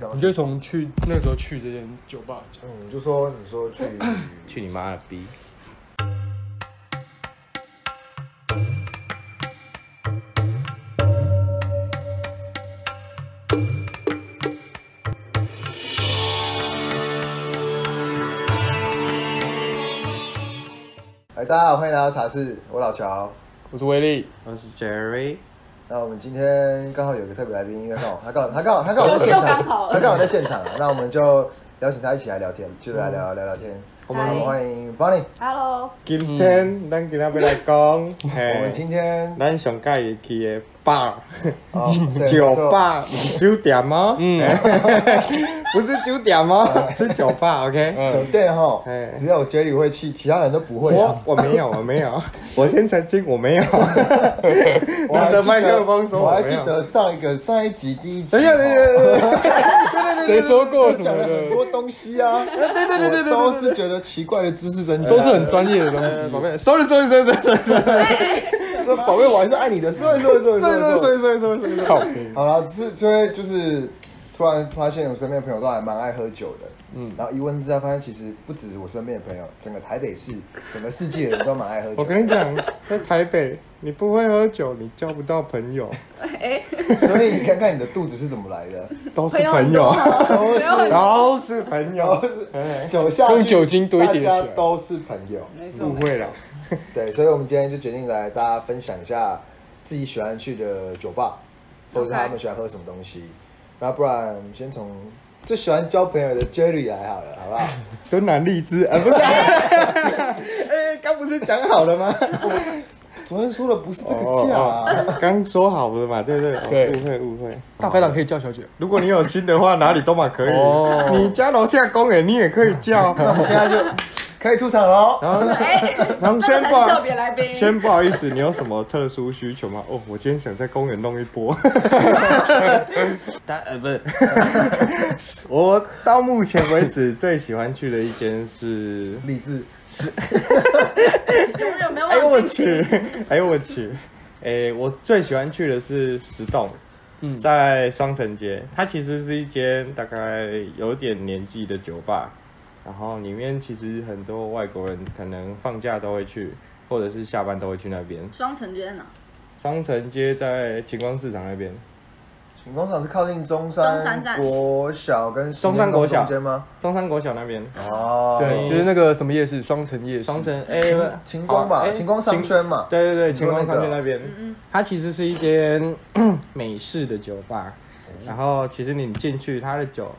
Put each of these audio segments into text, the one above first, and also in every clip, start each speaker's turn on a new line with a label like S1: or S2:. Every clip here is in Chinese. S1: 想要
S2: 你就从去那时候去这间酒吧讲。
S1: 嗯，你就说你说去
S3: 去你妈的逼！
S1: 哎，大家好，欢迎来到茶室，我老乔。
S2: 我是威力，
S3: 我是 Jerry，
S1: 那我们今天刚好有个特别来宾，因为刚好他刚好他刚好他刚好在
S4: 又
S1: 现
S4: 又刚
S1: 场
S4: 好，
S1: 他刚好在现场，啊那我们就邀请他一起来聊天，就是来聊聊聊天。我
S4: 嗯嗨
S1: 们欢迎 Bonnie。
S4: Hello，
S5: 今天咱今天要来 讲，
S1: 嗯我们
S5: 嘿，
S1: 今天
S5: 咱上介意去的 bar
S1: 哦对没
S5: 嗯酒
S1: 错
S5: 吧酒店吗？嗯， 不是酒店
S1: 嗯
S5: 吗？是酒吧，OK。
S1: 酒店哈
S5: 哎，
S1: 只有 Jerry 会去，其他人都不会啊。
S5: 我我没有，我没 有，我先澄清，我没有。
S1: 还
S5: 拿
S1: 记得
S5: 着麦克风说
S1: 我还
S5: 没
S1: 记
S5: 有
S1: 得上一个上一集第一集，
S5: 等一下，等一下，
S1: 哦
S5: 等一下，
S2: 谁说过什
S1: 讲
S2: 么
S1: 了很
S2: 的，
S1: 多东西啊，
S5: 哎对对对对对，
S1: 都是觉得奇怪的知识增加，
S2: 都是很专业的东
S5: 呃，宝
S2: 西。
S5: 贝，sorry sorry sorry sorry sorry
S1: 说宝贝，我还是爱你的，是是是是
S5: sorry
S1: 是。
S5: sorry sorry sorry，
S2: 靠背，
S1: 好了，是因为就是突然发现我身边的朋友都还蛮爱喝酒的，嗯，然后一问之下发现其实不止我身边的朋友，整个台北市、整个世界的人都蛮爱喝
S5: 我
S1: 酒，
S5: 跟你讲，在台北你不会喝酒，你交不到朋友，哎
S4: 哎
S1: 所以你看看你的肚子是怎么来的，
S5: 都是朋友，
S4: 不要很
S5: 都是朋
S1: 然后
S5: 友，
S1: 是酒下去
S2: 用哎酒精堆叠起来
S1: 大家都是朋友，
S4: 没错
S5: 误，会了。
S1: 对，所以我们今天就决定来大家分享一下自己喜欢去的酒吧，或者是
S4: OK
S1: 他们喜欢喝什么东西。那不然我们先从最喜欢交朋友的 Jerry 来好了，好不好？
S5: 敦南荔枝，呃，不是、哎、刚不是讲好了吗？
S1: 昨天说的不是这
S5: 这
S1: 个 价
S2: 哦
S1: 啊，
S5: 刚说好了嘛，对不对？哦
S2: 对
S5: 误会误会。
S2: 大排档可以叫小姐。
S5: 如果你有心的话，哪里都嘛可以。
S2: 哦
S5: 你家楼下公园你也可以叫。
S1: 那我们现在就可以出场哦喽。
S5: 然后，
S4: 哎，
S5: 然后
S4: 那才
S5: 先
S4: 是
S5: 不
S4: 特
S5: 好，
S4: 别来宾，
S5: 先不好意思，你有什么特殊需求吗？哦，我今天想在公园弄一波。但呃不是， 我到目前为止最喜欢去的一间是
S1: 理智，
S4: 有没有没有
S5: 哎呦我
S4: 忘记
S5: 去，哎呦我去，哎、我最喜欢去的是石洞，
S2: 嗯
S5: 在双城街，它其实是一间大概有点年纪的酒吧，然后里面其实很多外国人可能放假都会去，或者是下班都会去那边。
S4: 双层街在哪？
S5: 双城街在晴光市场那边，
S1: 请广场是靠近中
S4: 中山
S1: 山
S4: 站
S1: 国小跟行
S5: 中山
S1: 天
S5: 国
S1: 宫
S5: 小
S1: 中间吗？
S5: 中山国小那边，
S1: 哦，
S2: 对，就是那个什么夜市，双城夜市。
S5: 双城哎，不
S1: 晴光吧，
S5: 哎
S1: 晴光商
S5: 晴
S1: 圈嘛，
S5: 对对对，
S1: 你
S5: 晴
S1: 说那
S5: 光
S1: 个
S5: 商圈那边，它其实是一间 美式的酒吧，然后其实你进去它的酒，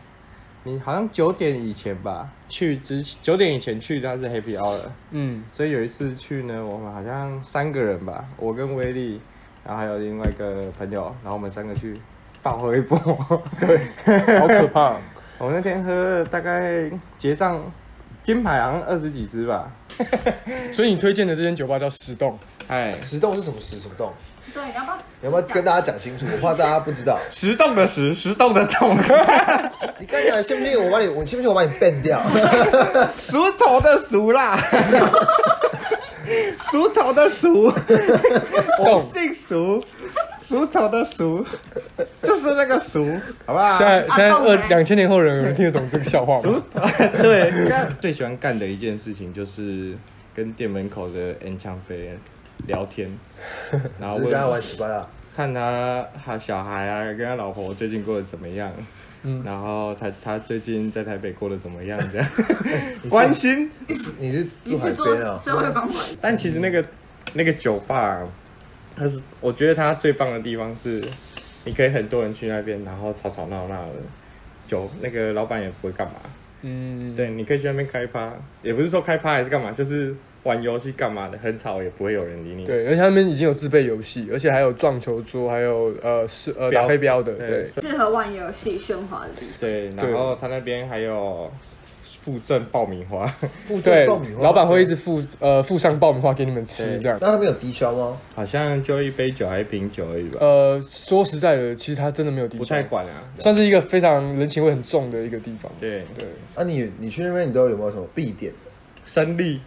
S5: 你好像九点以前吧，去之九点以前去它是 Happy Hour，
S2: 嗯，
S5: 所以有一次去呢，我们好像三个人吧，我跟威力，然后还有另外一个朋友，然后我们三个去爆喝一波，对，
S2: 好可怕。
S5: 我那天喝了大概结账金牌好像二十几支吧，
S2: 所以你推荐的这间酒吧叫石洞，
S3: 哎，
S1: 石洞是什么石？什么洞？
S4: 对，你要不要？
S1: 你要不要跟大家讲清楚？我怕大家不知道。
S5: 石洞的石，石洞的洞。
S1: 你刚才信不信我把你，我信不信我把你 变掉？
S5: 熟头的熟 啦，熟头的熟，我姓熟，熟头的熟，就是那个熟，好不好
S2: 现？在现在
S4: 阿洞
S2: 二
S4: 欸
S2: 两千年后人有人听得懂这个笑话吗？
S5: 对，
S3: 最喜欢干的一件事情就是跟店门口的 N 枪飞聊 天，然后
S1: 只是跟他玩啊
S3: 问
S1: 习惯了。
S5: 看他他小孩啊，跟他老婆最近过得怎么样？嗯，然后他他最近在台北过得怎么样？这样 关心，
S1: 你是
S4: 你
S1: 住海
S4: 是做
S1: 边啊？
S4: 社会关怀，
S5: 但其实那个那个酒吧啊、它是我觉得它最棒的地方是，你可以很多人去那边，然后吵吵闹闹的，酒那个老板也不会干嘛。
S2: 嗯，
S5: 对，你可以去那边开趴，也不是说开趴还是干嘛，就是玩游戏干嘛的，很吵也不会有人理你。
S2: 对，而且他们已经有自备游戏，而且还有撞球桌，还有呃是呃
S5: 标
S2: 打飞镖的，
S5: 对
S2: 对，
S4: 适合玩游戏喧哗的地方。
S5: 对，
S2: 对
S5: 然后他那边还有附赠爆米花，
S1: 附
S2: 对
S1: 赠爆米，花
S2: 老板会一直附呃附上爆米花给你们吃
S5: 对
S2: 这样。
S1: 那那边有低消吗？
S5: 好像就一杯酒还一瓶酒而已吧，
S2: 呃，说实在的，其实他真的没有地
S5: 不
S2: 方，
S5: 太管啊。
S2: 算是一个非常人情味很重的一个地方。
S5: 对，
S2: 对，
S1: 啊你，你去那边，你都有没有什么必点的？
S5: 生力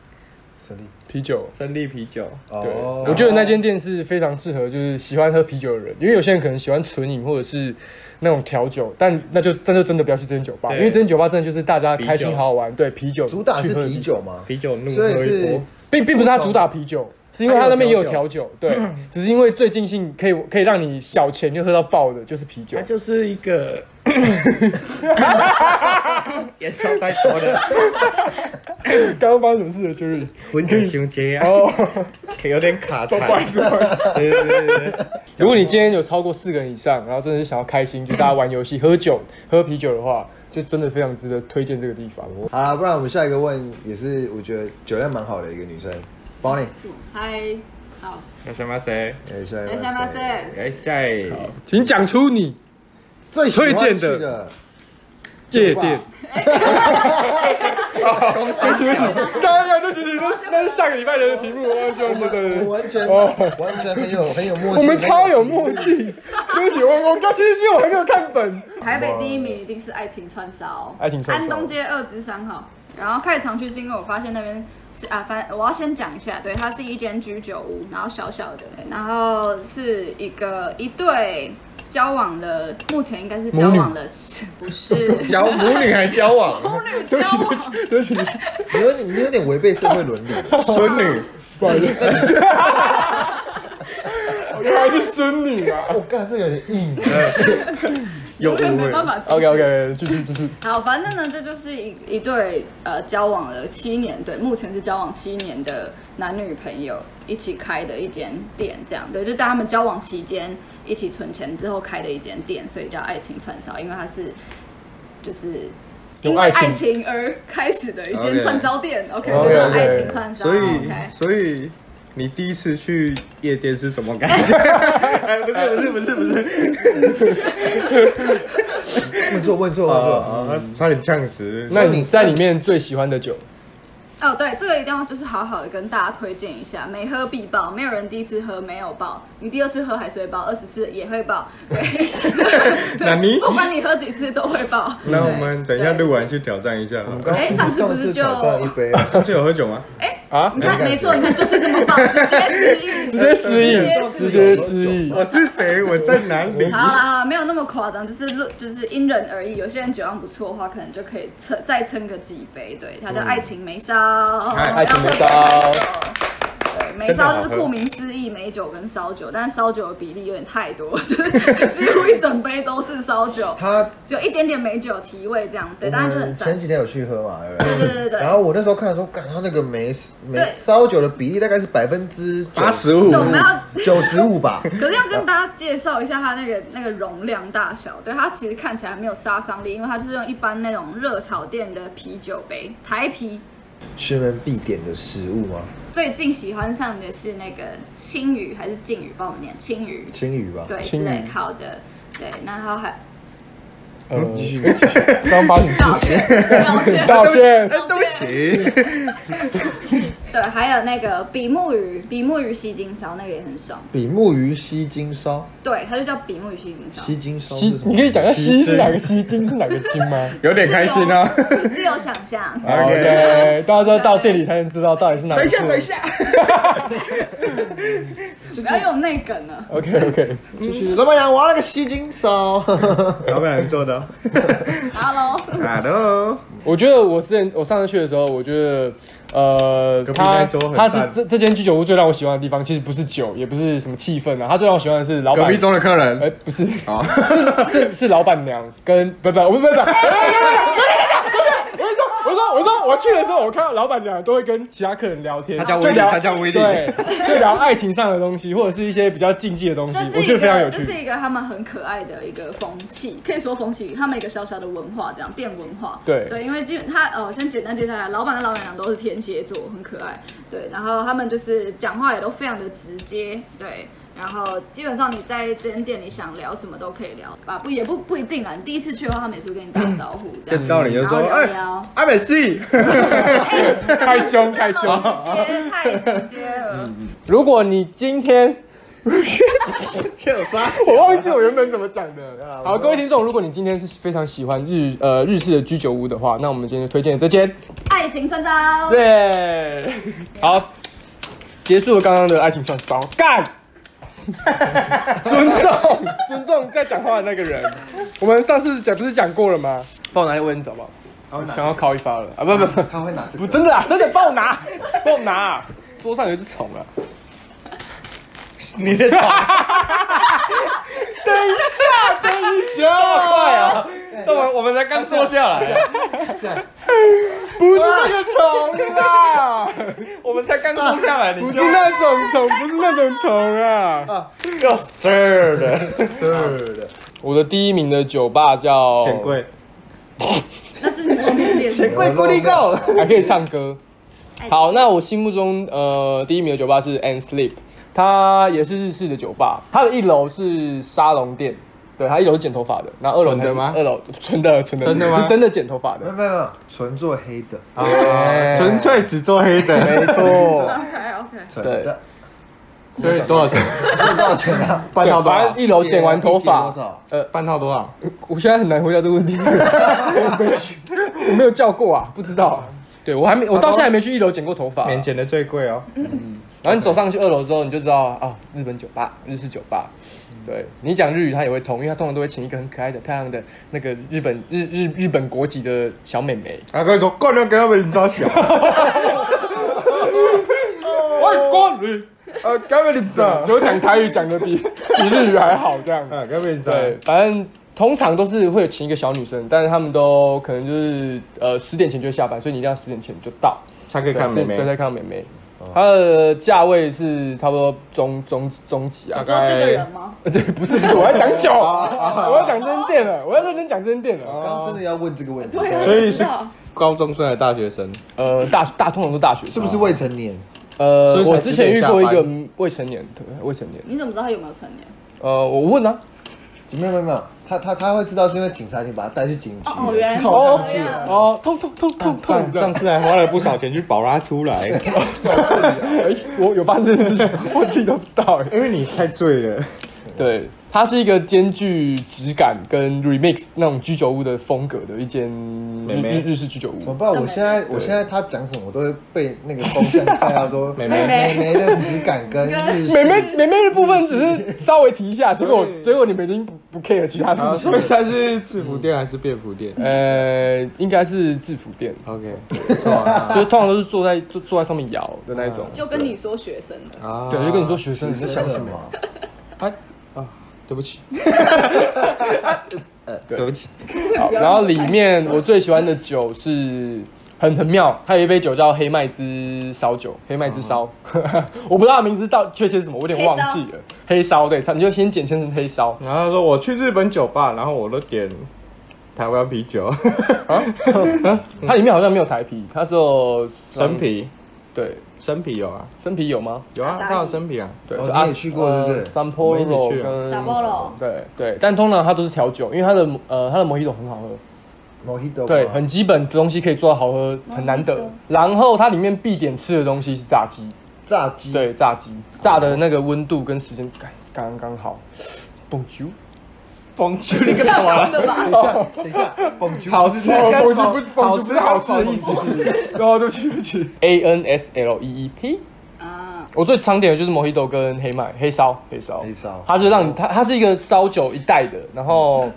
S1: 什胜利
S2: 啤酒。
S5: 胜利啤酒，
S2: 对，
S1: 哦，
S2: 我觉得那间店是非常适合就是喜欢喝啤酒的人，因为有些人可能喜欢纯饮或者是那种调酒，但那就那就真的不要去这间酒吧，
S5: 对
S2: 因为这间酒吧真的就是大家开心
S5: 啤酒
S2: 好好玩，对啤酒
S1: 主打
S2: 去
S1: 是
S2: 喝
S1: 啤，酒嘛，
S5: 啤酒怒
S1: 所以
S5: 喝一
S1: 是
S5: 波。
S2: 并并不是它主打啤酒。是因为它那边也有调酒， 对，只是因为最尽兴可以可以让你小钱就喝到爆的，就是啤酒
S5: 它。就是一 个，演唱太多了，
S2: 刚刚发生什么事了，Jerry？
S5: 混成胸结啊，
S2: 哦，
S5: 有点卡
S2: 不好意
S5: 痰。
S2: 思，不好意思。
S5: 对对对对对，
S2: 如果你今天有超过四个人以上，然后真的是想要开心，就大家玩游戏、喝酒、喝啤酒的话，就真的非常值得推荐这个地方。
S1: 好啦，不然我们下一个问也是我觉得酒量蛮好的一个女生，Bonnie，
S4: 嗨，好，
S5: 要什么谁？
S1: 哎，下一
S4: 等
S1: 位
S4: 一下，马
S1: 谁
S4: 赛，
S5: 来下一
S2: 请讲出你
S1: 最喜欢
S2: 推荐
S1: 去
S2: 的
S1: 的
S2: 夜店。
S5: 公司小
S2: 刚刚这其实都是那是下个礼拜的题目，我忘记忘记。对对
S1: 我
S2: 对，
S1: 完全、
S2: 哦
S1: 完全很有很有默契，
S2: 我们超有默契。对不起，我我刚其实我还没有看本。
S4: 台北第一名一定是爱情串烧，
S2: 爱情串烧
S4: 安东街二至三号。然后开始常去是因为我发现那边是啊，反我要先讲一下，对，它是一间居酒屋，然后小小的，对然后是一个一对交往了，目前应该是交往了，不是
S1: 交母女还交往，
S4: 交往
S2: 对不起，对不起
S1: 你有点你有点违背社会伦理，
S5: 孙女，
S2: 不好意思。我原来是孙女啊。
S1: 我干这有点硬，
S5: 有误
S4: 永远 没
S5: 会
S4: 办法进
S2: OK
S4: 去
S2: OK，继续继续。
S4: 好，反正呢，这就是一一对呃交往了七年，对，目前是交往七年的男女朋友一起开的一间店，这样对，就在他们交往期间一起存钱之后开的一间店，所以叫爱情串烧，因为它是就是因
S2: 用
S4: 为
S2: 爱情
S4: 爱情而开始的一间
S5: OK
S4: 串烧店，OK，就
S2: OK，OK
S4: 叫爱情串烧
S5: 所以
S4: 哦，OK。
S5: 所以你第一次去夜店是什么感 觉？哎，不是不是不是不是，
S1: 问错问错问错，
S5: 哦，差点呛死。
S2: 那你在里面最喜欢的酒？
S4: 哦，对，这个一定要就是好好的跟大家推荐一下，没喝必爆，没有人第一次喝没有爆，你第二次喝还是会爆，二十次也会爆，对，
S5: 那你
S4: 不管你喝几次都会爆。
S5: 那我
S4: 对
S5: 们等一下录，完去挑战一下。
S1: 我们刚
S4: 哎上次不是就
S1: 上次挑战一 杯，
S5: 上次有喝酒吗？
S2: 啊
S4: 对哎你看，
S1: 没感觉
S4: 没错，你看就是这么爆，直接失
S2: 直
S4: 忆。
S2: 接失忆，直
S4: 直
S2: 接
S1: 接
S2: 失
S1: 失
S2: 忆
S1: 忆。
S5: 我是谁？我在哪里？
S4: 好啦好啦，没有那么夸张，就是论就是因人而异。有些人酒量不错的话，可能就可以撑再撑个几杯。对，它叫爱情梅烧，
S5: 哎
S2: 爱情梅烧
S4: 不要喝对，梅
S5: 真的好
S4: 烧
S5: 喝
S4: 就是顾名思义，美酒跟烧酒，但是烧酒的比例有点太多， 就是几乎一整杯都是烧酒，
S1: 他
S4: 只有一点点美酒提味这样。对，
S1: 我
S4: 当然就很
S1: 们
S4: 赞
S1: 前。几天有去喝嘛，对不
S4: 对
S1: 对？
S4: 对对对
S1: 然后我那时候看的时候，感他那个梅梅
S4: 对
S1: 烧酒的比例大概是百分之
S5: 85
S4: 对，我们要
S1: 九十五吧，
S4: 可是要跟大家介绍一下它那个那个容量大小，对它其实看起来没有杀伤力，因为它就是用一般那种热炒店的啤酒杯台啤。
S1: 是你们必点的食物吗？
S4: 最近喜欢上的是那个青鱼还是靖鱼？帮我们念青鱼，
S1: 青鱼
S5: 哦
S1: 吧，
S4: 对，
S2: 青
S4: 之
S2: 鱼
S4: 类烤的， 对，然后还
S2: 呃，
S1: 嗯
S2: 刚发生什
S4: 道
S2: 么事
S4: 歉，
S2: 道
S4: 道歉，
S2: 歉。
S5: 哎，对不起。
S4: 对，还有那个比目鱼，比目鱼吸金烧那个也很爽，
S1: 比目鱼吸金烧，
S4: 对，它就叫比目鱼吸金烧。
S1: 吸金烧
S2: 吸
S1: 是什，么
S2: 你可以讲一下
S5: 吸
S2: 吸是哪
S5: 金
S2: 个吸，金是哪个金吗
S5: 有点开心
S2: 啊
S5: 哦。啊
S4: 自由想 象，
S2: ？OK，大家都要到店里才能知道到底是哪个。
S5: 等一下，等一。下，
S4: 不要用内梗了。
S2: OK OK，
S1: 就是老板娘，我要那个吸金烧。
S5: 老板做的。
S4: Hello，
S5: Hello，
S2: 我觉得我之前我上次去的时候，我觉得呃，
S5: 隔壁
S2: 他
S5: 那桌很
S2: 他
S5: 赞
S2: 是这这间居酒屋最让我喜欢的地方，其实不是酒，也不是什么气氛啊，他最让我喜欢的是老
S5: 隔
S2: 板
S5: 壁。桌的客
S2: 哎
S5: 人。，
S2: 不是，
S5: 啊，
S2: 是是老板娘跟不不，我不不不。我说，我说，我去的时候，我看到老板娘都会跟其他客人聊天，
S5: 他叫
S2: 就
S5: 威力，
S2: 聊
S5: 他叫威力。
S2: 对，就聊爱情上的东西，或者是一些比较禁忌的东西
S4: 这，是
S2: 我
S4: 一
S2: 觉
S4: 个，
S2: 得非常有
S4: 这是
S2: 趣。
S4: 一个他们很可爱的一个风气，可以说风气，他们一个小小的文化，这样店文化。
S2: 对
S4: 对，因为基本他呃，先简单介绍一下，老板跟老板娘都是天蝎座，很可爱。对，然后他们就是讲话也都非常的直接，对。然后基本上你在这间店里想聊什么都可以聊，啊不也不不一定啊。你第一次去的话，他们也是会跟你打招呼这样。
S5: 照理
S2: 嗯
S5: 就
S4: 然后
S5: 说，
S4: 聊
S5: 哎，
S4: 聊，
S5: 阿美系，
S2: 太凶太凶！
S5: 哦
S4: 直接太直接了。
S2: 如果你今天
S3: 欠我杀
S2: 我忘记我原本怎么讲的。
S1: 啊
S2: 好，各位听众，如果你今天是非常喜欢日呃日式的居酒屋的话，那我们今天就推荐这间。
S4: 爱情串烧，
S2: 对，好，结束了刚刚的爱情串烧， 干！尊重，尊重在讲话的那个人。我们上次讲不是讲过了吗？帮我拿一个卫生纸好不好？
S1: 他会拿
S2: 想要考一发了啊！不不不，
S1: 他会拿这
S2: 不
S1: 个，
S2: 真的 啊，真的帮我拿，帮我拿、啊桌上有一只虫啊！
S3: 你 的草
S2: 等一下，等一下，这么
S3: 快！啊！这么我们才刚坐下来，
S1: 这样
S2: 不是那个虫啊，
S3: 我们才刚坐下来，你
S2: 不是
S3: 就
S2: 那种虫，不是那种虫啊！
S3: 要 stir 的，
S1: 是的，
S2: 我的第一名的酒吧叫
S5: 钱，柜，
S4: 那是你后面练的。
S1: 贵孤立够，
S2: 还可以唱歌。好，那我心目中呃第一名的酒吧是 And Sleep，它也是日式的酒吧，它的一楼是沙龙店。对，它一楼是剪头发的，然后二楼才是
S5: 纯的吗
S2: 二楼纯的，纯的，
S5: 真的 吗
S2: 是真的剪头发
S1: 没有
S2: 的，
S1: 没有没有，纯做黑的，
S5: 啊纯粹只做黑的，
S2: 哎没错。
S4: OK OK，
S1: 纯的，
S5: 所以多少钱？
S1: 多少钱啊？
S5: 半套
S2: 对，
S5: 多
S2: 反
S5: 少
S2: 正？一楼剪完头
S1: 一节
S2: 发
S1: 多少，
S2: 呃，
S5: 半套多少？
S2: 我现在很难回答这个 问题，我没有叫过啊，不知道啊。对我还没，我到现在还没去一楼剪过头发。
S5: 免钱的最贵哦。
S2: 然后你走上去二楼之后，你就知道哦，日本酒吧，日式酒吧。对你讲日语，他也会通，因为他通常都会请一个很可爱的、漂亮的那个日本日日日本国籍的小妹妹。
S5: 阿啊哥说：“过来给他们你抓小。”喂，过来，呃，给他们你抓，
S2: 就讲台语讲的比 比日语还好，这样。
S5: 啊，给他们你抓。
S2: 对，反正通常都是会有请一个小女生，但是他们都可能就是呃十点前就下班，所以你一定要十点前就到。
S5: 他可以看妹妹
S2: 对，，在看妹哦妹。它的价位是差不多中中中级啊
S4: 你，说这个人吗？
S2: 呃对，不是不是，我要讲 酒，我要讲这间店了，我要认真讲这间店了。
S1: 刚刚真的要问这个问题，
S4: 对啊，
S5: 所以
S4: 我
S5: 是
S4: 知道
S5: 高中生还是大学生？
S2: 呃，大大通常都大学
S1: 是
S2: 生，啊
S1: 不是未成年？
S2: 呃
S5: 所以，才
S2: 我之前遇过一
S5: 十
S2: 个
S5: 点下
S2: 未成年，对，未成年。
S4: 你怎么知道他有没有成年？
S2: 呃，我问啊，
S1: 没有没有没有，他他他会知道是因为警察已经把他带去警局了。
S4: 哦，哦原来是
S2: 哦
S4: 这样。
S2: 哦，痛痛痛痛痛，这样
S5: 哎上次还花了不少钱去保拉出来，
S2: 哎，我有发生这件事情，我自己都不知道哎。
S5: 因为你太醉了。
S2: 对，它是一个兼具质感跟 remix 那种居酒屋的风格的一间日
S5: 妹
S2: 日日式居酒屋
S1: 怎。么办？我现在我现在他讲什么，我都会被那个风向带到说
S5: 妹
S4: 妹
S1: 美眉的质感跟日式
S2: 美眉美眉的部分只是稍微提一下，结果结果你们已经不不 care 其他东
S5: 啊，
S2: 西
S5: 所。以算是制服店还是便服店
S2: 呃，应该是制服店，
S5: ？OK，
S2: 就是通常都是坐在坐坐在上面摇的那一种。
S4: 就跟你说学生的，
S5: 啊
S2: 对，就跟你说学生，你在想什么？
S1: 么？
S5: 啊啊， 对不起，
S2: 对
S5: 对不起，
S2: 好，然后里面我最喜欢的酒是很很妙，它有一杯酒叫黑麦汁烧酒，黑麦汁烧， 我不知道它名字到确切是什么，我有点忘记了。黑烧对，你就先简称成黑烧。
S5: 然后他说我去日本酒吧，然后我都点台湾啤 酒，
S2: 它里面好像没有台啤，它只有
S5: 生，啤，
S2: 对，
S5: 生啤有啊，
S2: 生啤有吗？
S5: 有啊，
S4: 阿萨伊
S5: 他有生啤啊，
S2: 对，
S1: 哦
S2: 就
S1: 你也去过对不对
S2: 三
S5: 我
S2: 坡
S5: 们一起
S2: 罗
S5: 去啊
S2: 跟
S4: Sapporo
S2: 对对，但通常它都是调酒，因为它的呃它的摩希朵很好喝，
S1: 摩希朵
S2: 对，很基本的东西可以做到好喝，很难得
S4: Mojito。
S2: 然后它里面必点吃的东西是炸鸡，
S1: 炸鸡，
S2: 对，炸鸡炸的那个温度跟时间感刚刚好。蹦球，
S5: 风趣那
S4: 这样用的吧？
S1: 等一下，蹦球
S5: 好吃，
S1: 跟
S5: 蹦
S1: 蹦
S5: 极不蹦极不是好吃的意思，哦， 对不起，对不 起，
S2: A N S L E E P。
S4: 啊，
S2: 我最常点的就是 Mojito 跟黑麦黑烧黑烧
S1: 黑烧
S2: 它就让你它它是一个烧酒一袋的，然后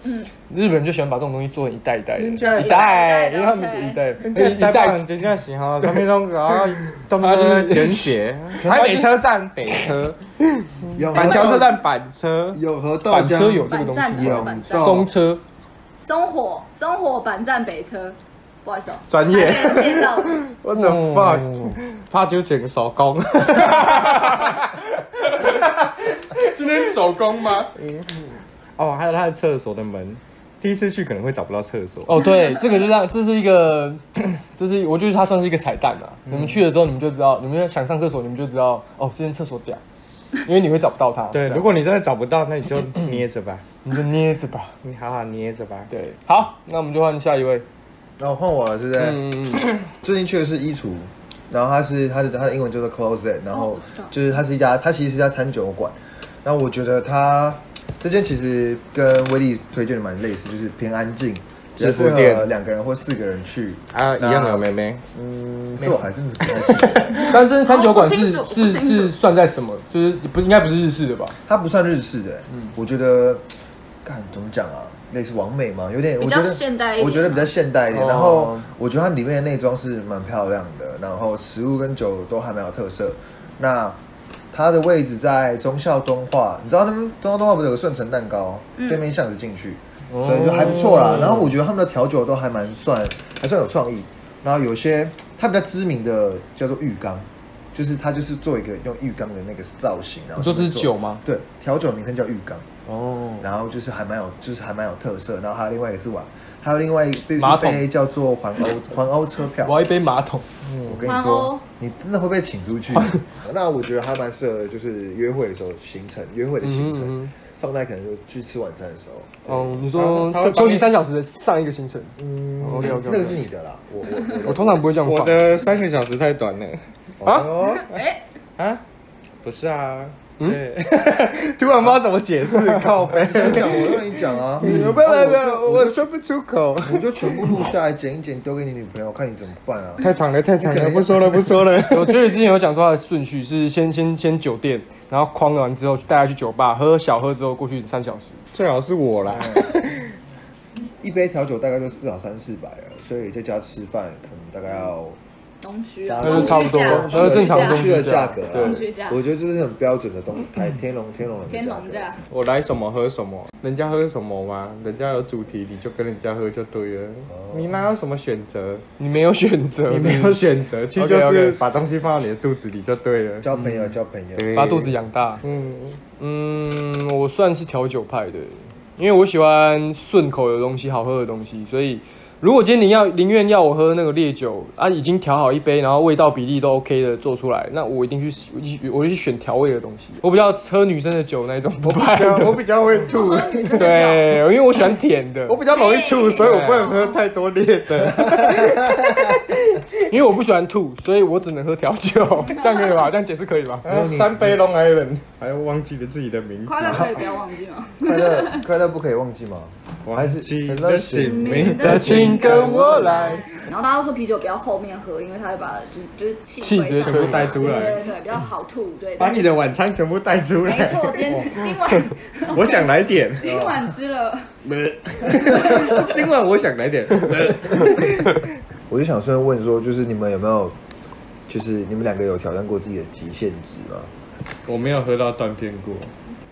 S2: 日本人就喜欢把这种东西做成一袋一袋的，
S5: 人家
S2: 嗯一袋，
S4: 一袋
S2: 因为他们
S4: OK
S2: 一袋
S5: 一
S2: 一
S5: 袋
S2: 袋
S5: 真正是 哈，他们拢啊，他们都在简写，台北车站北车，
S1: 永和
S5: 板桥车站板车，
S1: 永和豆
S2: 板
S1: 浆
S2: 车有这个
S4: 板
S2: 东
S4: 站
S2: 西，
S4: 不是板站，
S1: 有
S2: 松车
S4: 松火松火板站北车，不好意 思哦，
S5: 专业
S4: 还没人介绍，
S5: ，What the fuck，他就整个手 工，
S2: 今天手工吗？
S5: 哦，还有他的厕所的门，第一次去可能会找不到厕所，
S2: 哦，对，这个就让这是一个， 这是我觉得它算是一个彩蛋啊。你们去了之后，你们就知道，你们想上厕所，你们就知道哦，这间厕所屌，因为你会找不到它。
S5: 对，啊如果你真的找不到，那你就 捏着吧，
S2: 你就捏着吧。
S5: 你好好捏着吧，
S2: 对，好，那我们就换下一位。
S1: 然后换我了，是不是？
S2: 嗯，
S1: 最近去的是衣橱，然后它是它的它的英文叫做 closet，然后
S4: 哦我知道
S1: 就是它是一家它其实是一家餐酒馆，那我觉得它这间其实跟威力推荐的蛮类似，就是偏安静，比较
S5: 制服
S1: 适合
S5: 店
S1: 两个人或四个人去。
S5: 啊，一样的有妹妹，
S1: 嗯，这我还真的不太清楚
S2: 但真餐酒馆
S4: 哦不
S2: 是
S4: 清楚
S2: 是
S4: 不清楚
S2: 是算在什么？就是不应该不是日式的吧？
S1: 它不算日式的、我觉得，看怎么讲啊，类似完美嘛，有点
S4: 比较
S1: 我觉得
S4: 现代一点
S1: 我觉得比较现代一点。
S2: 哦
S1: 然后我觉得它里面的内装是蛮漂亮的，然后食物跟酒都还蛮有特色。那它的位置在忠孝东化，你知道那边忠孝东化不是有个顺城蛋糕，
S4: 嗯
S1: 对面巷子进去，所以就还不错啦。然后我觉得他们的调酒都还蛮算还算有创意。然后有些它比较知名的叫做浴缸，就是它就是做一个用浴缸的那个造型，然后
S2: 你说这是
S1: 做
S2: 酒吗？
S1: 对，调酒名称叫浴缸，
S2: 哦，
S1: 然后就是还蛮有，就是还蛮有特色。然后还有另外一个是碗，还有另外一杯
S2: 马
S1: 一
S2: 桶
S1: 杯叫做环欧环欧车票。
S2: 我要一杯马桶。
S1: 我跟你
S4: 环
S1: 说
S4: 欧，
S1: 你真的会被请出去。那我觉得还蛮适合，就是约会的时候行程，约会的行程、
S2: 嗯嗯嗯
S1: 放在可能就去吃晚餐的时候。
S2: 哦，你说
S5: 他会帮
S2: 休
S5: 你
S2: 息三小时的上一个行程，
S1: 嗯
S2: 哦 OK，OK，OK
S1: 那个是你的啦，我我
S2: 我通常不会这样
S5: 我
S2: 放
S5: 的三个小时太短了
S2: 啊。
S1: 哦，
S4: 哎，
S5: 啊，不是啊，对， 突然不知道怎么解释，靠 背，
S1: 想讲我让你讲啊，
S5: 不不不，哦我说不出口，
S1: 我就全部录下来剪一剪，丢给你女朋友，看你怎么办啊。
S5: 太长了，太长了，不说 了，不说了。
S2: 我觉得之前有讲说它的顺序是先 先先酒店，然后框完之后带他去酒吧喝小喝之后过去三小时。
S5: 最好是我啦，
S1: 一杯调酒大概就四好三四百了，所以在家吃饭可能大概要。
S4: 东区啊，
S1: 那
S2: 就差不多
S4: 东区
S2: 那
S4: 价
S2: 就正常中
S1: 去的价格啊，
S2: 对
S4: 中区价
S1: 我觉得这是很标准的东台天龙天龙人的
S4: 天龙
S1: 价
S4: 价
S1: 格。，
S5: 我来什么喝什么，人家喝什么嘛，人家有主题你就跟人家喝就对了，你哪有什么选择？
S2: 你没有选择，
S5: 哦你没有选 择，去就
S2: OK，OK
S5: 是把东西放到你的肚子里就对 了。
S1: 交朋友交朋友，
S5: 对
S2: 把肚子养大。
S5: 嗯，
S2: 嗯，我算是调酒派的，因为我喜欢顺口的东西，好喝的东西。所以，如果今天你要宁愿要我喝那个烈酒啊，已经调好一杯，然后味道比例都 OK 的做出来，那我一定去喜，我一我就去选调味的东西。我比较喝女生的酒那一种不派
S5: 对啊我
S2: 的，
S5: 比较会 吐，
S4: 喝女生的
S2: 对，因为我喜欢甜的
S5: 我，比较容易吐，所以我不能喝太多烈 的。啊
S2: 因为我不喜欢吐，所以我只能喝调酒。这样可以吧？这样解释可以吧？
S5: 三杯 Long Island，还忘记了自己的名
S4: 酒，
S5: 字，啊
S4: 快乐可以不要忘记吗？
S1: 快乐快乐不可以忘记吗？还
S5: 忘
S1: 是
S5: 记
S1: 很
S5: 了
S1: 热
S5: 姓
S1: 情，
S5: 名
S2: 的请跟我来。
S4: 然后大家都说啤酒不要后面喝，因为它会把就是就是气
S2: 气
S4: 推
S2: 直接
S4: 上
S2: 全
S5: 部带出来
S4: 对对对，比较好吐。对，
S5: 把你的晚餐全部带出
S4: 没
S5: 来。
S4: 错，今
S2: 哦
S4: 天今晚
S5: 我想来点，
S4: 今晚吃了，
S5: 今晚我想来 点。
S1: 我就想顺问说，就是你们有没有，就是你们两个有挑战过自己的极限值吗？
S3: 我没有喝到断片过，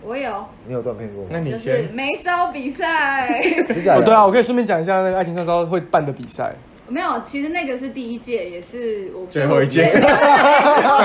S4: 我有，
S1: 你有断片过
S5: 那
S1: 吗？
S5: 你
S4: 就是
S5: 先，
S4: 没烧比赛。
S1: 真假的
S2: 哦，对啊，，我可以顺便讲一下那个爱情上烧会办的比赛。
S4: 没有，其实那个是第一届，也是我
S5: 最后一届
S4: 对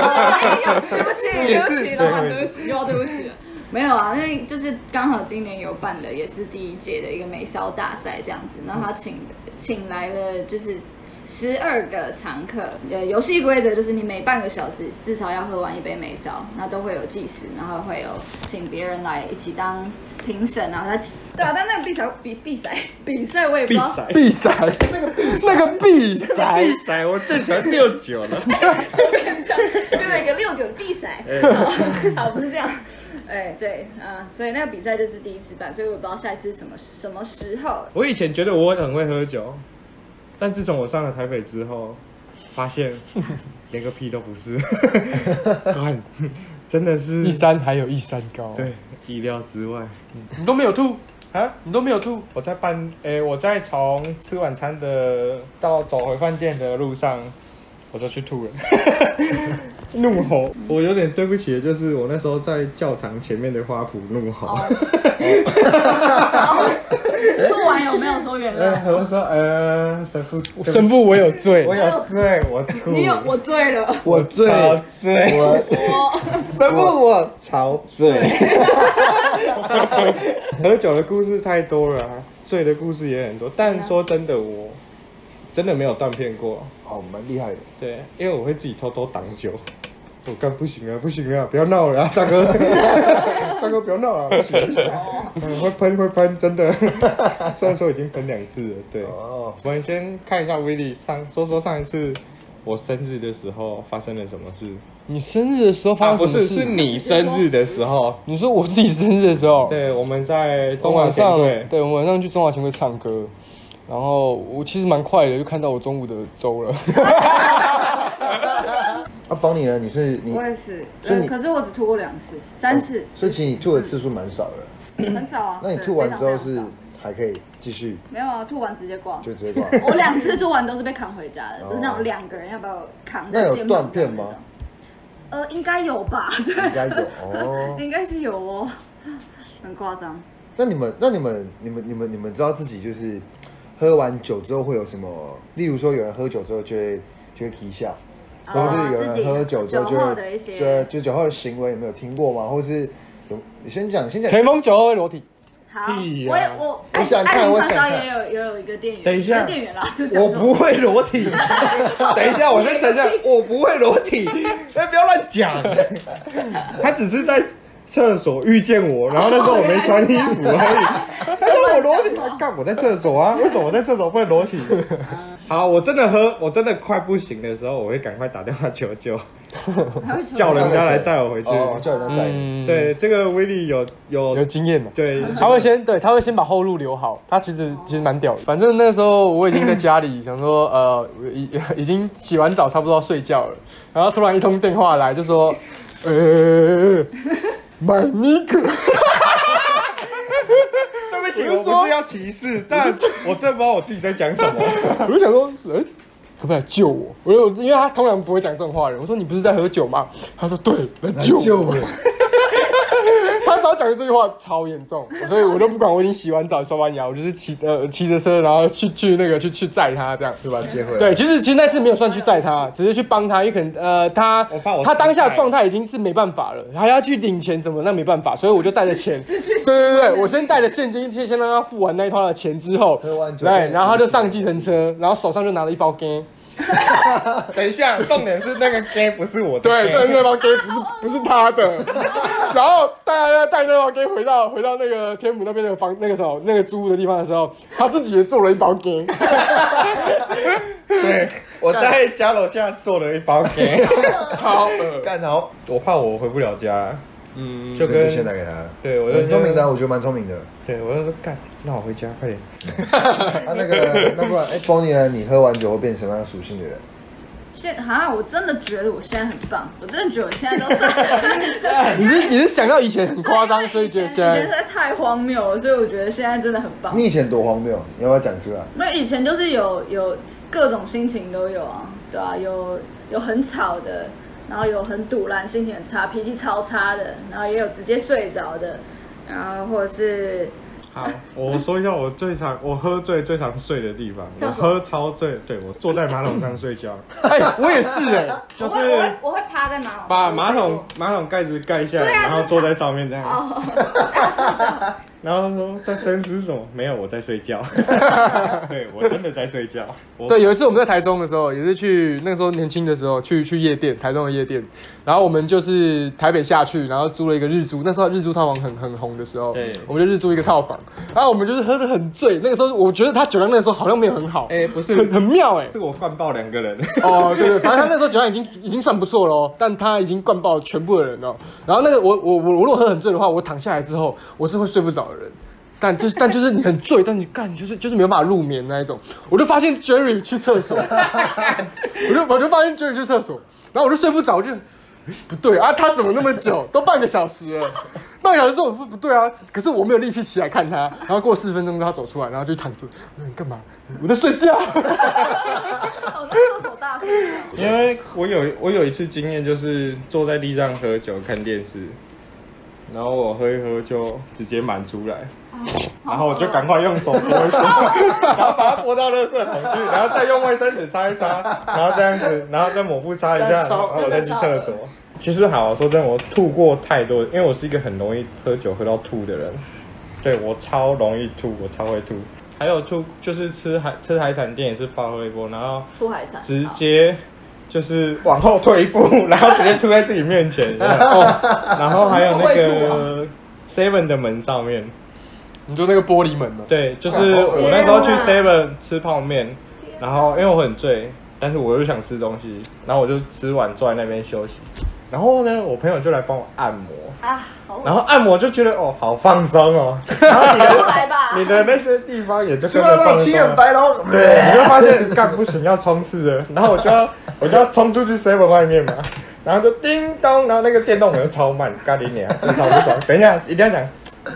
S4: 不起，对不
S5: 也
S4: 起，
S5: 是
S4: 老板，对不起，又要对不起了。没有啊，那就是刚好今年有办的，也是第一届的一个美销大赛这样子。然后他请请来了就是十二个常客，呃，游戏规则就是你每半个小时至少要喝完一杯美烧，那都会有计时，然后会有请别人来一起当评审啊。他对啊，但那个比赛比比赛比赛我也不知
S5: 闭
S4: 道
S5: 塞，
S2: 必赛，那个那个必赛
S5: 闭，塞，我最喜欢六九了。
S4: 就那个六九必赛，好，好不是这样。哎，对，啊、所以那个比赛就是第一次办，所以我不知道下一次是什么什么时候。
S5: 我以前觉得我很会喝酒，但自从我上了台北之后，发 现连个屁都不是， 干真的是
S2: 一山还有一山高。
S5: 对意料之外
S2: 你都没有吐，
S5: 啊！
S2: 你都没有吐，
S5: 我在办，诶、我在从吃晚餐的到走回饭店的路上，我就去吐了， 怒吼！我有点对不起，就是我那时候在教堂前面的花圃怒吼。
S4: 哦，说完有没有说原
S5: 呃，
S4: 谅？
S5: 我说，呃，神父，对不起
S2: 神父我有罪
S5: 我。有罪，我吐，
S4: 你有我醉了，
S1: 我最
S5: 超醉，
S1: 我
S5: 神父，我超醉。喝酒的故事太多了、啊，醉的故事也很多。但说真的，我真的没有断片过。
S1: 哦蛮厉害的，
S5: 对，因为我会自己偷偷挡酒。我干不行啊，不行啊，不要闹了啊， 大哥，大哥不要闹啊，不行，不行嗯会喷会喷，真的。 虽然说已经喷两次了，对。
S1: 哦
S5: 我们先看一下威利上说说上一次我生日的时候发生了什么事。
S2: 你生日的时候发
S5: 啊，
S2: 生
S5: 不
S2: 什么
S5: 是，
S2: 事？
S5: 是你生日的时候。
S2: 你说我自己生日的时候，
S5: 对，我们在
S2: 我
S5: 中华
S2: 哦晚
S5: 协
S2: 上
S5: 会，
S2: 对，我晚上去中华钱会唱歌，然后我其实蛮快的，就看到我中午的粥了。
S1: 啊，帮你呢？你是你
S4: 我，也是，
S1: 所以你
S4: 呃可是我只吐过两次、三次，
S1: 所以其实你吐的次数蛮少的。
S4: 很少啊。
S1: 那你
S4: 对
S1: 吐完之后？是
S4: 非常非常少
S1: 还可以继续
S4: 没有啊，吐完直接挂。
S1: 就直接挂？
S4: 我两次做完都是被扛回家的，
S1: 哦
S4: 就是那种两个人要不要扛
S1: 那
S4: 在
S1: 有
S4: 肩
S1: 断
S4: 膀上
S1: 片
S4: 那
S1: 吗
S4: 种？呃，应该有吧，
S1: 应
S4: 对，
S1: 该有哦。
S4: 应该是有哦，很夸张。
S1: 那你们，那你们，你们，你们，你们知道自己就是喝完酒之后会有什么？例如说，有人喝酒之后就会就会啼笑，
S4: 哦
S1: 或者是有
S4: 自
S1: 人
S4: 己
S1: 喝酒之后就
S4: 酒
S1: 会
S4: 后的一些
S1: 就就酒后的行为，有没有听过吗？或是有你先讲，先讲。
S2: 前锋酒喝裸体，
S4: 好，
S5: 屁呀
S4: 我也我
S1: 我想看
S4: 爱民
S1: 我
S4: 串
S1: 想
S4: 烧
S1: 看
S4: 也有也有一个店员，
S5: 等一下
S4: 不是店员啦，就讲
S5: 我
S4: 说
S5: 不会裸体。等一下，我先承 认我不会裸体，哎，不要乱讲。他只是在厕所遇见我，然后那时候我没穿衣服而已。他说我裸体，他干我在厕所啊？为什么我在厕所会裸体？好，我真的喝，我真的快不行的时候，我会赶快打电话求救，
S4: 还会求
S5: 叫人家来
S1: 谁
S5: 载我回去。
S1: 哦，叫人家载你。
S2: 嗯，，
S5: 对，这个威力有有
S2: 有经验的。
S5: 对，
S2: 他会先对，他会先把后路留好。他其实其实蛮屌的。反正那时候我已经在家里想说，呃，已 已经洗完澡差不多要睡觉了，然后突然一通电话来，就说， 呃，买尼克，
S5: 对不起，
S2: 我是
S5: 我
S2: 说
S5: 不是要歧视，但我真的不知道我自己在讲什 么。
S2: 我就想说，哎、可不可以来救我？我有，因为他通常不会讲这种话的人。我说你不是在喝酒吗？他说对，来救我。
S1: 救我！
S2: 他只要讲这句话超严重，所以我都不管，我已经洗完澡、刷完牙，我就是骑呃骑着车，然后去去那个去去载他这样。
S1: 就把他接回来。
S2: 对，，其实其实那次没有算去载他，只是去帮他，因为可能呃他
S5: 我怕我
S2: 他当下
S5: 失态
S2: 状态已经是没办法了，还要去领钱什么，那没办法，所以我就带着钱，对对对，我先带着现金，先先让他付完那一套的钱之后，
S1: 喝完酒
S2: 对，然后他就上计程车，然后手上就拿了一包 gay，
S5: 等一下，重点是那个 gay 不是我的 gay，
S2: 对，就是那包 gay 不是不 是他的，然后带他带那包 gay 回到回到那个天母那边的房那个时候那个租屋的地方的时候，他自己也做了一包 gay，
S5: 对，我在家楼下做了一包 gay，
S2: 超恶，
S5: 干然后 我怕我回不了家，
S2: 嗯，
S5: 就
S1: 所以
S5: 跟
S1: 就先拿给他了。
S5: 对我就
S1: 很聪明的啊，我觉得蛮聪明的。
S5: 对我就说干，那我回家快点。
S1: 啊，那个，那不然，哎，Bonnie 呢？你喝完酒会变成什么样属性的人？
S4: 现啊，我真的觉得我现在很棒，我真的觉得我现在 都是，
S2: 你是你是想到以前很夸张，所以觉得现
S4: 以前
S2: 在
S4: 实。在太荒谬了，所以我觉得现在真的很棒
S1: 你。以前多荒谬，你要不要讲出来？
S4: 那以前就是有有各种心情都有啊，对啊，有有很吵的，然后有很堵烂，心情很差，脾气超差的，然后也有直接睡着的，然后或者是
S5: 好，我说一下我最常我喝醉最常睡的地方，我
S4: 厕所嗯
S5: 喝超醉，对我坐在马桶上睡觉，
S2: 哎、我也是哎、
S5: 就
S4: 我会我会
S5: 是
S4: 我会趴在马桶上，
S5: 把马桶马桶盖子盖下来，
S4: 对啊
S5: 然后坐在上面这样，
S4: 哦，然后睡着
S5: 然后说在深思什么？没有，我在睡 觉。对我真的在睡觉。我
S2: 对，有一次我们在台中的时候，也是去那时候年轻的时候去去夜店，台中的夜店，然后我们就是台北下去，然后租了一个日租，那时候日租套房很很红的时候
S5: 对，
S2: 我们就日租一个套房，然后我们就是喝的很醉，那个时候我觉得他酒量那个时候好像没有很好，
S5: 哎，不是，
S2: 很很妙哎、
S5: 是我灌爆两个人。
S2: 哦，对对，反正他那时候酒量已经已经算不错了哦，但他已经灌爆全部的人了。然后那个我我我我如果喝很醉的话，我躺下来之后我是会睡不着的人。但就是但就是你很醉，但你干你就是就是没有办法入眠那一种。我就发现 Jerry 去厕所，我就我就发现 Jerry 去厕所，然后我就睡不着，我就不对啊，他怎么那么久？都半个小时了，半个小时之后不不对啊，可是我没有力气起来看他。然后过四十分钟之后他走出来，然后就躺着，我说你干嘛？我在睡觉。
S4: 哦， 那厕所大睡觉。
S5: 因为我有我有一次经验，就是坐在地上喝酒看电视，然后我喝一喝就直接满出来，然后我就赶快用手拨 一拨，然后把它拨到垃圾桶去，然后再用卫生纸擦一擦，然后这样子，然后再抹布擦一下，
S1: 干
S5: 然
S1: 烧
S5: 后我再去厕所。其实好，说真的，我吐过太多，因为我是一个很容易喝酒喝到吐的人，对我超容易吐，我超会吐。还有吐就是吃海吃海产店也是发挥波，然后
S4: 出海啊产，
S5: 直接就是往后退一步， 然后直接吐在自己面前，这样然后还有那个 Seven 的门上面，
S2: 你说那个玻璃门呢？
S5: 对，就是我那时候去
S4: 天
S5: Seven 吃泡面，然后因为我很醉，但是我又想吃东西，然后我就吃完坐在那边休息。然后呢，我朋友就来帮我按摩，
S4: 啊，好恶
S5: 然后按摩就觉得哦，好放松哦，
S4: 出来 吧，
S5: 你的那些地方也就
S1: 出
S5: 跟
S1: 来
S5: 着
S1: 吧，
S5: 放
S1: 青
S5: 松啊
S1: 眼
S5: 了。
S1: 白龙，
S5: 你就发现干不行，要冲刺了，然后我就要 我就要冲出去 seven 外面嘛，然后就叮咚，然后那个电动门就超慢，咖喱你啊，真的超不爽。等一下一定要讲，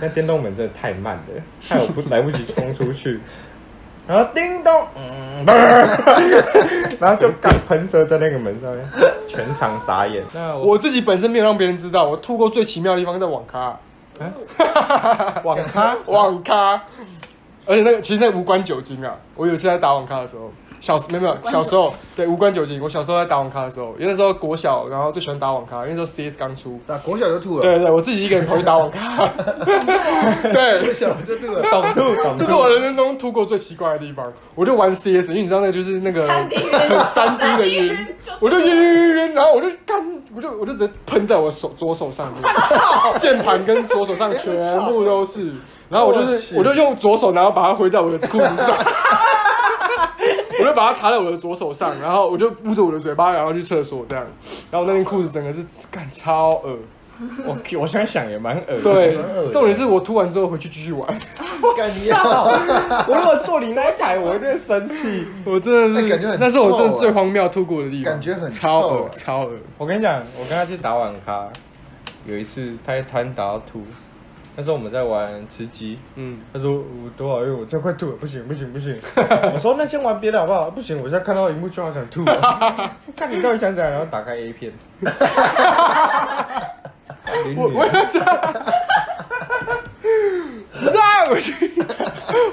S5: 那电动门真的太慢了，害我不来不及冲出去。然后叮咚，嗯，然后就干喷射在那个门上面，全场傻眼。那我
S2: 我自己本身没有让别人知道，我吐过最奇妙的地方在网咖，
S5: 哦网咖
S2: 网咖，而且那个其实那个无关酒精啊。我有一次在打网咖的时候，小时没有没有
S4: 关
S2: 小时候对无关酒精，我小时候在打网咖的时候，因为那时候国小，然后最喜欢打网咖，因为那时候 CS 刚出。
S1: 那国小就吐了，
S2: 对，对，我自己一个人跑去打网 咖，对
S1: 国，小就吐了，
S5: 懂度懂
S2: 这是我人生中吐过最奇怪的地方。我就玩 CS，因为你知道那个就是那个
S4: 三 D 晕，
S2: 三 D 的晕，我就晕晕晕晕，然后我就干，我就我就直接喷在我手左手 上面，键盘跟左手上全部都 是，然后我就
S5: 我
S2: 是
S5: 去
S2: 我就用左手，然后把它挥在我的裤子 上。我就把它插在我的左手上，然后我就捂着我的嘴巴，然后去厕所这样，然后那件裤子整个是干超恶，
S5: 我我现在想也蛮恶。
S2: 对
S1: 蛮恶，的
S2: 重点是我吐完之后回去继续玩，
S1: 干你啊！
S5: 我如果坐你那一排，我一定会生气。
S2: 我真的
S1: 哎
S2: 是，
S1: 感觉很
S2: 那是我真
S1: 臭
S2: 的
S1: 啊
S2: 最荒谬吐过的地方，
S1: 感觉很
S2: 超
S1: 臭
S2: 恶
S1: 啊
S2: 超恶，
S5: 我跟你讲，我跟他去打网咖，有一次他突然打到吐，那时候我们在玩吃鸡，
S2: 嗯，
S5: 他说我多少用，我这快吐了，不行不行 不行。我说那先玩别的好不好？不行，我现在看到荧幕就好想 吐了，看你到底想怎样，然后打开 A 片。
S2: 我我要这样， 不是啊，我需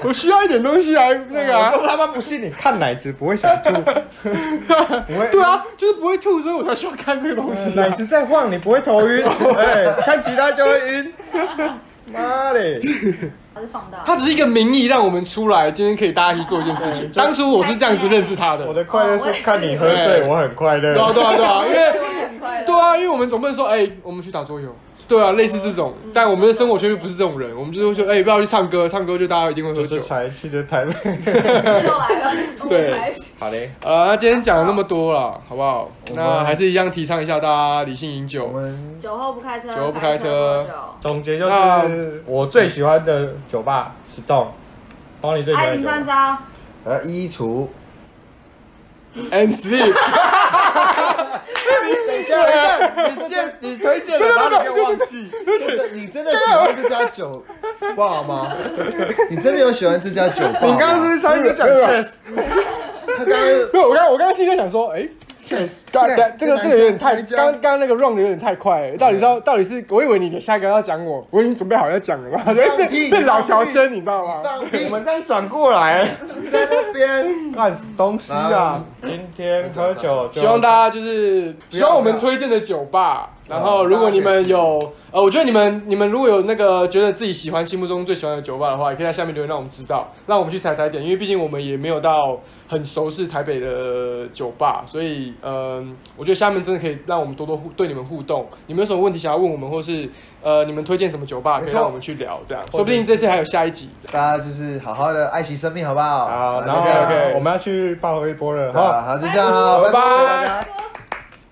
S2: 我需要一点东西来那个啊
S5: 我，都他妈不信你看奶子不会想 吐，不会呃
S2: 对啊，就是不会吐，所以我才需要看这个东 西
S5: 奶
S2: 啊。
S5: 子在晃，你不会 头晕，哎、看其他就会晕。妈嘞！
S4: 他是放大
S2: 它只是一个名义，让我们出来，今天可以大家一起做一件事情。当初我是这样子认识他的
S5: 我，的快乐是看你喝
S2: 哦我也
S5: 醉，
S2: 是
S5: 我很快乐。
S2: 对啊，对啊，对啊，因为
S4: 很快
S2: 对啊，因为我们总不能说，哎、我们去打桌游，对啊，类似这种。但我们的生活圈就不是这种人，我们就会说，哎、不要去唱歌，唱歌就大家一定会喝
S5: 就
S2: 酒
S5: 是。才去的台北。
S4: 又来了，
S2: 对
S4: 我开始
S5: 好嘞，
S2: 啊，那今天讲了那么多了，好不好？
S1: 我们
S2: 那还是一样提倡一下大家理性饮
S1: 我
S2: 酒。
S1: 们
S4: 酒后不开车，
S2: 酒后不开车
S4: 喝
S5: 总结就
S2: 那
S5: 是我最喜欢的酒吧是洞，帮你最
S4: 酒，
S5: 喜
S4: 爱
S5: 欢
S4: 情
S5: 的
S4: 犯
S5: 酒吧。
S4: 烧，
S1: 来啊衣橱，
S2: And sleep，
S1: 等一下，等一下，你荐你推荐的，然后你就忘记，你真的喜欢这家酒吧 吗？你真的有喜欢这家酒吧吗？
S5: 你刚刚是不是差点就讲
S2: 没有没有
S5: yes？
S1: 他刚刚
S2: 没有，我刚我刚刚心里就想说，哎、刚刚这个这个有点太，刚刚刚那个 run 的有点太快了，到底是要到底是，我以为你的下一个要讲我，我已经准备好要讲了嘛，
S1: 放
S2: 变
S1: 屁
S2: 变老乔生，你知道吗？
S1: 放
S5: 我
S1: 屁，
S5: 们刚转过来
S1: 在那边
S5: 干什么东西啊？今天喝酒就，
S2: 啊希望大家就是啊
S1: 要
S2: 希望我们推荐的酒吧，然后如果你们有呃，我觉得你们你们如果有那个觉得自己喜欢心目中最喜欢的酒吧的话，也可以在下面留言让我们知道，让我们去踩踩点，因为毕竟我们也没有到很熟悉台北的酒吧，所以嗯、我觉得下面真的可以让我们多多互对你们互动，你们有什么问题想要问我们，或是呃你们推荐什么酒吧可
S1: 没
S2: 以
S1: 错
S2: 让我们去聊，这样说不定这次还有下一集。
S1: 大家就是好好的爱惜生命，好不好？
S5: 好，然后
S2: OK，OK
S5: 我们要去报微波了
S1: 好，
S5: 哈。
S1: 好，就这样哦，
S2: 拜
S1: 拜拜。
S2: 拜。
S4: 拜。